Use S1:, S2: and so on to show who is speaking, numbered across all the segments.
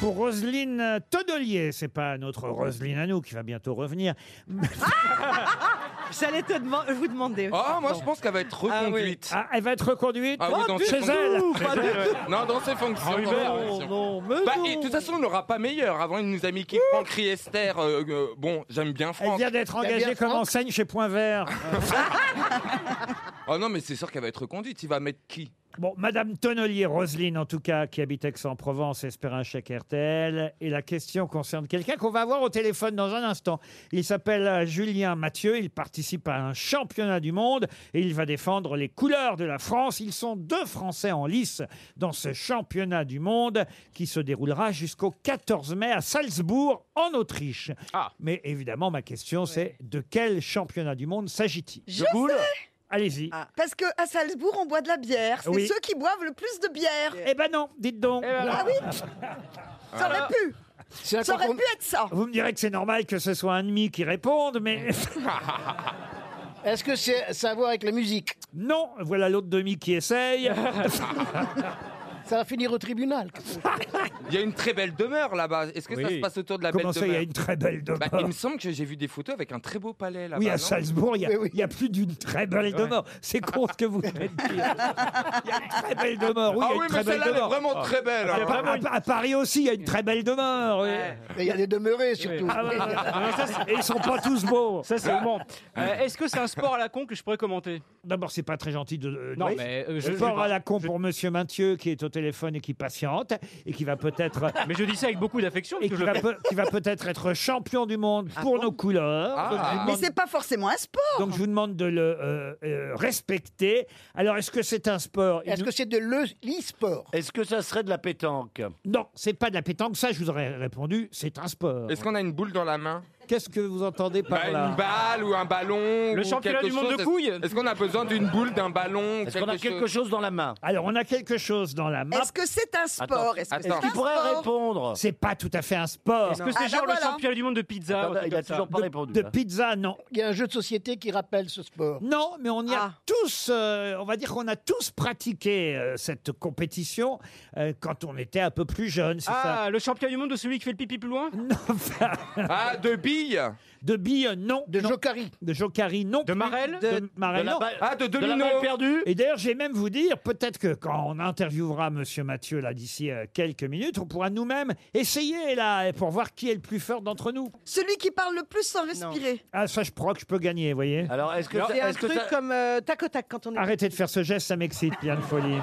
S1: pour Roselyne Todelier. C'est pas notre Roselyne à nous qui va bientôt revenir.
S2: J'allais te deman- vous demander. aussi.
S3: Ah, moi
S2: Pardon.
S3: je pense qu'elle va être
S2: Ah oui.
S3: reconduite.
S1: Ah, elle va être reconduite
S3: Ah oui, dans ses
S1: chez
S3: fonctions.
S1: elle.
S2: Pas du
S1: Ah.
S3: Non, dans ses fonctions.
S4: En
S3: dans
S4: hiver,
S3: ses
S2: tout.
S3: fonctions.
S2: Non, mais
S3: Bah,
S2: non.
S3: et de toute façon, on n'aura pas meilleur. Avant, il nous a mis qui Franck Riester. euh, euh, bon, j'aime bien
S1: Elle
S3: Franck.
S1: vient d'être engagée comme enseigne chez Point Vert.
S3: Oh non, mais c'est sûr qu'elle va être reconduite. Il va mettre qui
S1: Bon, Madame Tonnelier, Roselyne en tout cas, qui habite Aix-en-Provence, espère un chèque RTL. Et la question concerne quelqu'un qu'on va avoir au téléphone dans un instant. Il s'appelle euh, Julien Mathieu, il participe à un championnat du monde et il va défendre les couleurs de la France. Ils sont deux Français en lice dans ce championnat du monde qui se déroulera jusqu'au 14 mai à Salzbourg, en Autriche.
S3: Ah.
S1: Mais évidemment, ma question c'est de quel championnat du monde s'agit-il
S5: Je
S1: Allez-y.
S5: Ah, Parce que à Salzbourg, on boit de la bière. C'est
S1: Oui.
S5: ceux qui boivent le plus de bière.
S1: Eh ben non, dites donc.
S5: Ah oui Ça aurait pu. Ça aurait pu être ça.
S1: Vous me direz que c'est normal que ce soit un demi qui réponde, mais
S6: Est-ce que c'est ça a à voir avec la musique
S1: non, voilà l'autre demi qui essaye.
S3: Ah,
S6: Ça va finir au tribunal.
S3: Il y a une très belle demeure là-bas. Est-ce que ça
S4: Oui.
S3: se passe autour de la
S1: Comment
S3: belle
S1: ça, il y a
S3: demeure
S1: une très belle
S3: Bah,
S1: demeure
S3: Il me semble que j'ai vu des photos avec un très beau palais là-bas.
S1: Oui, à
S3: non
S1: Salzbourg, il y, a-
S6: Oui, oui.
S1: il y a plus d'une très belle demeure. C'est con ce que vous faites dire. Il y a une très belle demeure. Oui,
S3: Ah
S1: il y a
S3: oui,
S1: une
S3: mais
S1: très belle
S3: celle-là, elle est
S1: demeure. Ah.
S3: vraiment très belle.
S1: À,
S3: hein.
S1: à- à Paris aussi, il y a une très belle demeure. oui.
S6: Et il y a des demeurés surtout.
S1: Ah ouais, ouais, ouais. Et ils sont pas tous beaux.
S4: Ça, c'est bon.
S3: Ah.
S4: Euh, Est-ce que c'est un sport à la con que je pourrais commenter
S1: D'abord, c'est pas très gentil de. de-
S4: Non,
S1: oui.
S4: mais euh, je, je-
S1: Fort à la con pour Monsieur Mathieu qui est au téléphone et qui patiente et qui va peut-être
S4: mais je dis ça avec beaucoup d'affection.
S1: et
S4: parce que
S1: qui
S4: je-
S1: va, peut- qui va peut-être être champion du monde pour nos couleurs.
S3: Ah.
S1: Donc, je vous
S5: Mais
S1: demande-
S5: c'est pas forcément un sport.
S1: donc, je vous demande de le euh, euh, respecter. Alors est-ce que c'est un sport Il
S6: Est-ce
S1: nous-
S6: que c'est de le- l'e-sport
S7: Est-ce que ça serait de la pétanque
S1: Non, c'est pas de la pétanque. Ça, je vous aurais répondu, c'est un sport.
S3: Est-ce qu'on a une boule dans la main
S1: Qu'est-ce que vous entendez par
S3: Bah,
S1: là
S3: Une balle ou un ballon
S4: Le
S3: ou
S4: championnat
S3: quelque
S4: du monde
S3: chose.
S4: de couilles
S3: Est-ce qu'on a besoin d'une boule, d'un ballon
S7: Est-ce qu'on a quelque chose dans la main
S1: Alors on a quelque chose dans la main.
S5: Est-ce que c'est un sport Est-ce que c'est
S3: attends.
S5: un
S7: Tu pourrais
S8: Oh.
S5: sport
S7: répondre.
S1: C'est pas tout à chose dans la main.
S4: Est-ce que
S5: Ah,
S4: c'est
S5: bah
S4: genre le
S5: voilà.
S4: championnat du monde de pizza
S7: Attends,
S4: ou un truc
S7: Il a
S4: Ah, comme ça
S7: toujours pas
S1: De-
S7: répondu. hein.
S1: De
S7: là.
S1: pizza, non.
S6: Il y a un jeu de société qui rappelle ce sport.
S1: Non, mais on y
S5: Ah.
S1: a tous, euh, on va dire qu'on a tous pratiqué euh, cette compétition euh, quand on était un peu plus jeune, c'est
S4: Ah, le championnat du monde de celui qui fait le pipi plus loin
S1: ça Non, enfin,
S3: Ah, de billes
S1: De billes, non.
S6: De
S1: non.
S6: jokari.
S1: De Jocari, non.
S4: De
S1: plus.
S4: Marel
S1: De Marel,
S7: De la
S1: non.
S7: balle-
S3: Ah, de
S7: de la
S3: domino
S7: balle perdue
S1: Et d'ailleurs, je vais même vous dire, peut-être que quand on interviewera Monsieur Mathieu là d'ici euh, quelques minutes, on pourra nous-mêmes essayer là pour voir qui est le plus fort d'entre nous.
S5: Celui qui parle le plus sans respirer.
S1: Ah, ça, je crois que je peux gagner, vous voyez.
S7: Alors, est-ce que
S2: C'est
S7: ça-
S2: un
S7: est-ce que
S2: truc
S7: ça-
S2: comme euh, tac au tac quand on est.
S1: Arrêtez de faire ce geste, ça m'excite, bien de folie.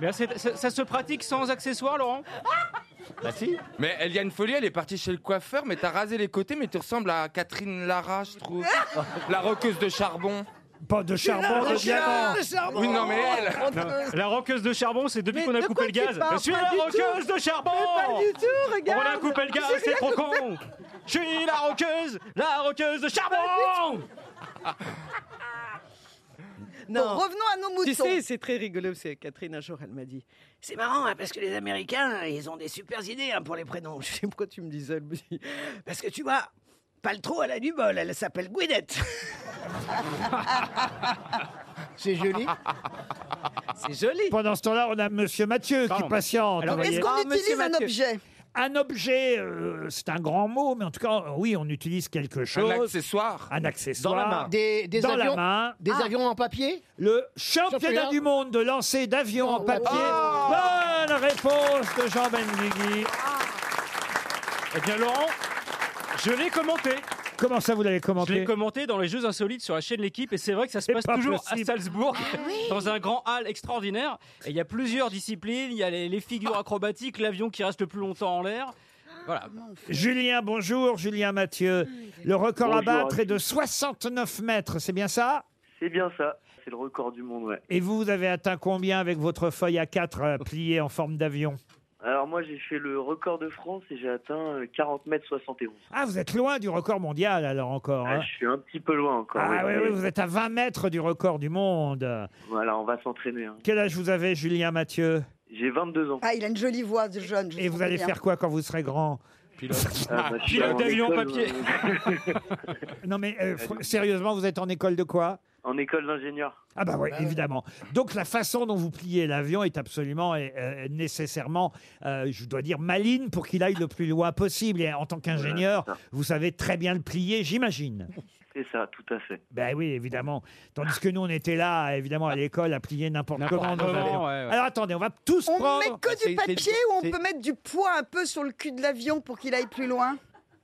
S4: Mais c'est- ça, ça se pratique sans accessoires, Laurent
S7: Bah si.
S3: Mais elle y a une folie, elle est partie chez le coiffeur, mais t'as rasé les côtés, mais tu ressembles à Catherine Lara, je trouve. la roqueuse de charbon.
S1: Pas de charbon, de diamant.
S3: Oui, non, mais elle.
S4: La roqueuse de charbon, c'est depuis
S2: Mais
S4: qu'on a
S2: de
S4: coupé
S2: quoi
S4: le
S2: tu
S4: gaz.
S2: parles
S4: Je suis
S2: Pas
S4: la
S2: du tout.
S4: roqueuse de charbon
S2: Pas du tout,
S4: On
S2: regarde.
S4: a coupé le gaz, c'est trop con Je suis la roqueuse, la roqueuse de charbon
S5: Bon,
S2: Non.
S5: revenons à nos moutons.
S2: Tu sais, c'est très rigolo, c'est Catherine un jour, elle m'a dit C'est marrant, hein, parce que les Américains, ils ont des supers idées hein, pour les prénoms. Je sais pourquoi tu me dis ça, elle me dit Parce que tu vois, Paltrow, elle a du bol, elle s'appelle Gwyneth.
S6: C'est joli.
S4: Ah.
S2: C'est joli.
S1: Pendant ce temps-là, on a Monsieur Mathieu qui
S4: Pardon.
S1: patiente.
S4: Alors,
S1: vous
S5: Est-ce
S1: voyez.
S5: qu'on
S2: Ah, monsieur
S5: utilise un
S2: Mathieu.
S5: objet
S1: Un objet, euh, c'est un grand mot, mais en tout cas, oui, on utilise quelque chose.
S3: Un accessoire.
S1: Un accessoire.
S7: Dans la main.
S6: Des, des
S1: Dans la
S6: avions,
S1: main.
S6: des
S5: Ah.
S6: avions en papier.
S1: Le championnat
S6: Championnat.
S1: du monde de lancer d'avion
S6: Oh.
S1: en papier.
S6: Ah.
S1: Bonne réponse de Jean Benguigui.
S4: Eh bien, Laurent, je l'ai commenté.
S1: Comment ça, vous l'avez
S4: Je l'ai
S1: commenté
S4: commenté dans les Jeux Insolites sur la chaîne L'équipe et c'est vrai que ça se
S1: C'est
S4: passe
S1: pas
S4: toujours
S1: possible. Ah
S4: à Salzbourg, dans un grand hall extraordinaire. Et il y a plusieurs disciplines, il y a les, les
S1: Ah.
S4: figures acrobatiques, l'avion qui reste le plus longtemps en l'air. Voilà.
S1: Julien, bonjour. Julien Mathieu. Le record à battre est de 69 mètres, c'est bien ça
S9: C'est bien ça. C'est le record du monde, ouais.
S1: Et vous, vous avez atteint combien avec votre feuille A4 euh, pliée en forme d'avion
S9: Alors moi, j'ai fait le record de France et j'ai atteint euh, 40 mètres 71.
S1: Ah, vous êtes loin du record mondial alors encore.
S9: Ah,
S1: hein
S9: je suis un petit peu loin encore.
S1: Ah oui,
S9: mais-
S1: oui, vous êtes à 20 mètres du record du monde.
S9: Voilà, on va s'entraîner. hein.
S1: Quel âge vous avez, Julien Mathieu
S9: J'ai 22 ans.
S5: Ah, il a une jolie voix de jeune. je
S1: Et vous
S5: sens
S1: allez
S5: bien.
S1: faire quoi quand vous serez grand
S9: Ah, bah, je suis
S4: pilote
S9: en
S4: d'avion
S9: école,
S4: papier.
S9: euh,
S1: Non mais euh, fr- sérieusement, vous êtes en école de quoi
S9: En école d'ingénieur.
S1: Ah bah oui, évidemment. Donc la façon dont vous pliez l'avion est absolument et euh, nécessairement, euh, je dois dire, maligne pour qu'il aille le plus loin possible. Et en tant qu'ingénieur, vous savez très bien le plier, j'imagine.
S9: C'est ça, tout à fait.
S1: Ben oui, évidemment. Tandis que nous, on était là, évidemment, à l'école, à plier n'importe
S9: N'importe
S1: comment. nos
S9: comment,
S1: avions.
S9: ouais, ouais.
S1: Alors attendez, on Ah, va tous
S8: On
S1: prendre...
S8: met que du papier ou on peut mettre du poids un peu sur le cul de l'avion pour qu'il aille plus loin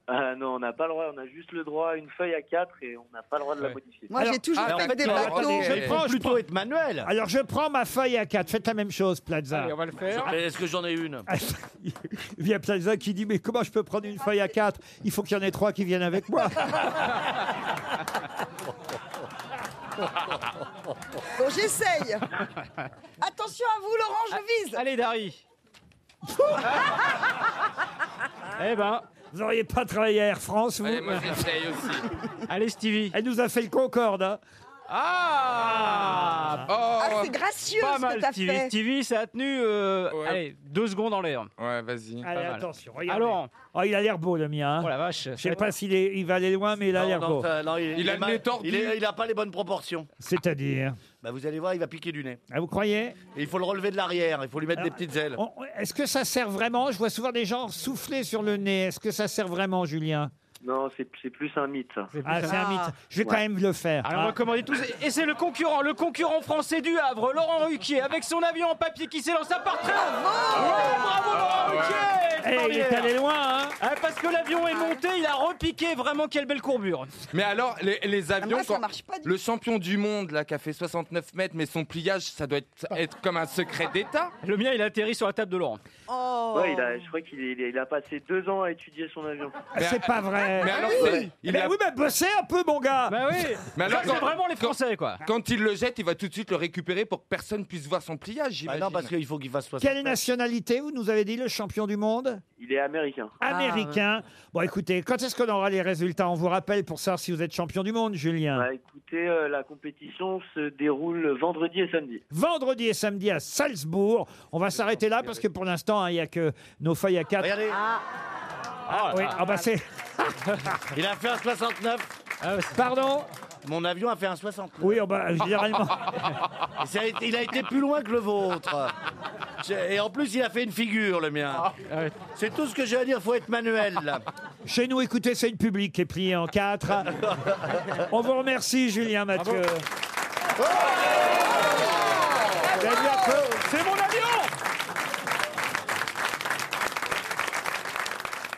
S9: Ah non, on n'a pas le droit, on a juste le droit à une feuille à 4 et on n'a pas le droit de la modifier.
S8: Moi, j'ai toujours fait que des bateaux.
S1: Je prends, je prends-
S7: être manuel.
S1: Alors je prends ma feuille à 4. Faites la même chose, Plaza.
S7: Allez, on va le faire. Est-ce que j'en ai une
S1: Il y a Plaza qui dit Mais comment je peux prendre une feuille à 4 Il faut qu'il y en ait trois qui viennent avec moi.
S8: Bon, j'essaye. Attention à vous, Laurent, je vise.
S4: Allez, Dari. eh ben.
S1: Vous n'auriez pas travaillé à Air France, vous
S3: Allez, moi j'essaye aussi.
S4: Allez, Stevie.
S1: Elle nous a fait le Concorde. hein.
S4: Ah
S8: Ah,
S3: oh,
S8: c'est gracieux
S4: Pas
S8: ce que
S4: mal,
S8: t'as
S4: Stevie.
S8: fait.
S4: Stevie, ça a tenu euh,
S3: Ouais.
S4: allez, deux secondes en l'air.
S3: Ouais,
S1: Allez,
S3: vas-y.
S4: Pas mal.
S1: attention, regardez.
S4: Alors,
S1: Oh, il a l'air beau, le mien. hein.
S4: oh la vache.
S1: Je sais pas s'il est- il va aller loin, mais il a l'air
S7: Non,
S1: beau.
S7: ça- non, il,
S3: Il a
S7: est
S3: le
S7: mal-
S3: nez tordu.
S7: Il, est- il a pas les bonnes proportions.
S1: C'est-à-dire
S7: Bah, vous allez voir, il va piquer du nez.
S1: Ah, Vous croyez
S7: Et il faut le relever de l'arrière. Il faut lui mettre
S1: Alors,
S7: des petites ailes.
S1: On- Est-ce que ça sert vraiment Je vois souvent des gens souffler sur le nez. Est-ce que ça sert vraiment, Julien
S9: Non, c'est c'est plus un mythe. ça.
S1: Ah, c'est un mythe. Je vais
S9: Ouais.
S1: quand même le faire.
S4: Alors, on va
S1: hein.
S4: commander tous. Et c'est le concurrent, le concurrent français du Havre, Laurent Ruquier, avec son avion en papier qui s'élance à partir. Bravo,
S8: Ah
S4: Laurent Ruquier
S1: Eh, il est
S4: extraordinaire.
S1: allé loin, hein
S4: Ah, Parce que l'avion est monté, il a repiqué. Vraiment, quelle belle courbure.
S3: Mais alors, les, les avions,
S8: Moi, ça
S3: quand-
S8: marche pas du
S3: le champion du monde, là, qui a fait 69 mètres, mais son pliage, ça doit être, être comme un secret d'État.
S4: Le mien, il atterrit sur la table de Laurent.
S8: Oh.
S9: Ouais, il a, je crois qu'il est- il est- il a passé deux ans à étudier son avion.
S7: Bah,
S3: Mais-
S1: C'est pas vrai.
S3: Mais alors, c'est- il
S1: Mais
S3: a-
S1: Ah oui, mais bossez un peu, mon gars
S4: Bah oui.
S3: Mais alors,
S4: Ça, c'est
S3: quand-
S4: vraiment les
S3: quand-
S4: Français, quoi.
S3: Quand il le jette, il va tout de suite le récupérer pour que personne puisse voir son pliage,
S7: Bah
S3: j'imagine.
S7: non, parce qu'il faut qu'il fasse 60.
S1: Quelle nationalité, vous nous avez dit, le champion du monde
S9: Il est américain.
S1: Américain. Bon, écoutez, quand est-ce qu'on aura les résultats On vous rappelle pour savoir si vous êtes champion du monde, Julien.
S9: Bah, écoutez, euh, la compétition se déroule vendredi et samedi.
S1: Vendredi et samedi à Salzbourg. On va s'arrêter là parce que pour l'instant, hein, il n'y a que nos feuilles à 4.
S7: Regardez,
S1: Ah, oui. Ah, bah, c'est- Ah,
S7: il a fait un 69.
S1: Pardon
S7: Mon avion a fait un 69.
S1: Oui, oh, bah, généralement.
S7: Et ça a été- il a été plus loin que le vôtre. J'ai- Et en plus, il a fait une figure, le
S1: Ah,
S7: mien. C'est tout ce que j'ai à dire, faut être manuel. là.
S1: Chez nous, écoutez, c'est une publique qui est pliée en 4. On vous remercie, Julien Mathieu. Vous avez bien fait. C'est mon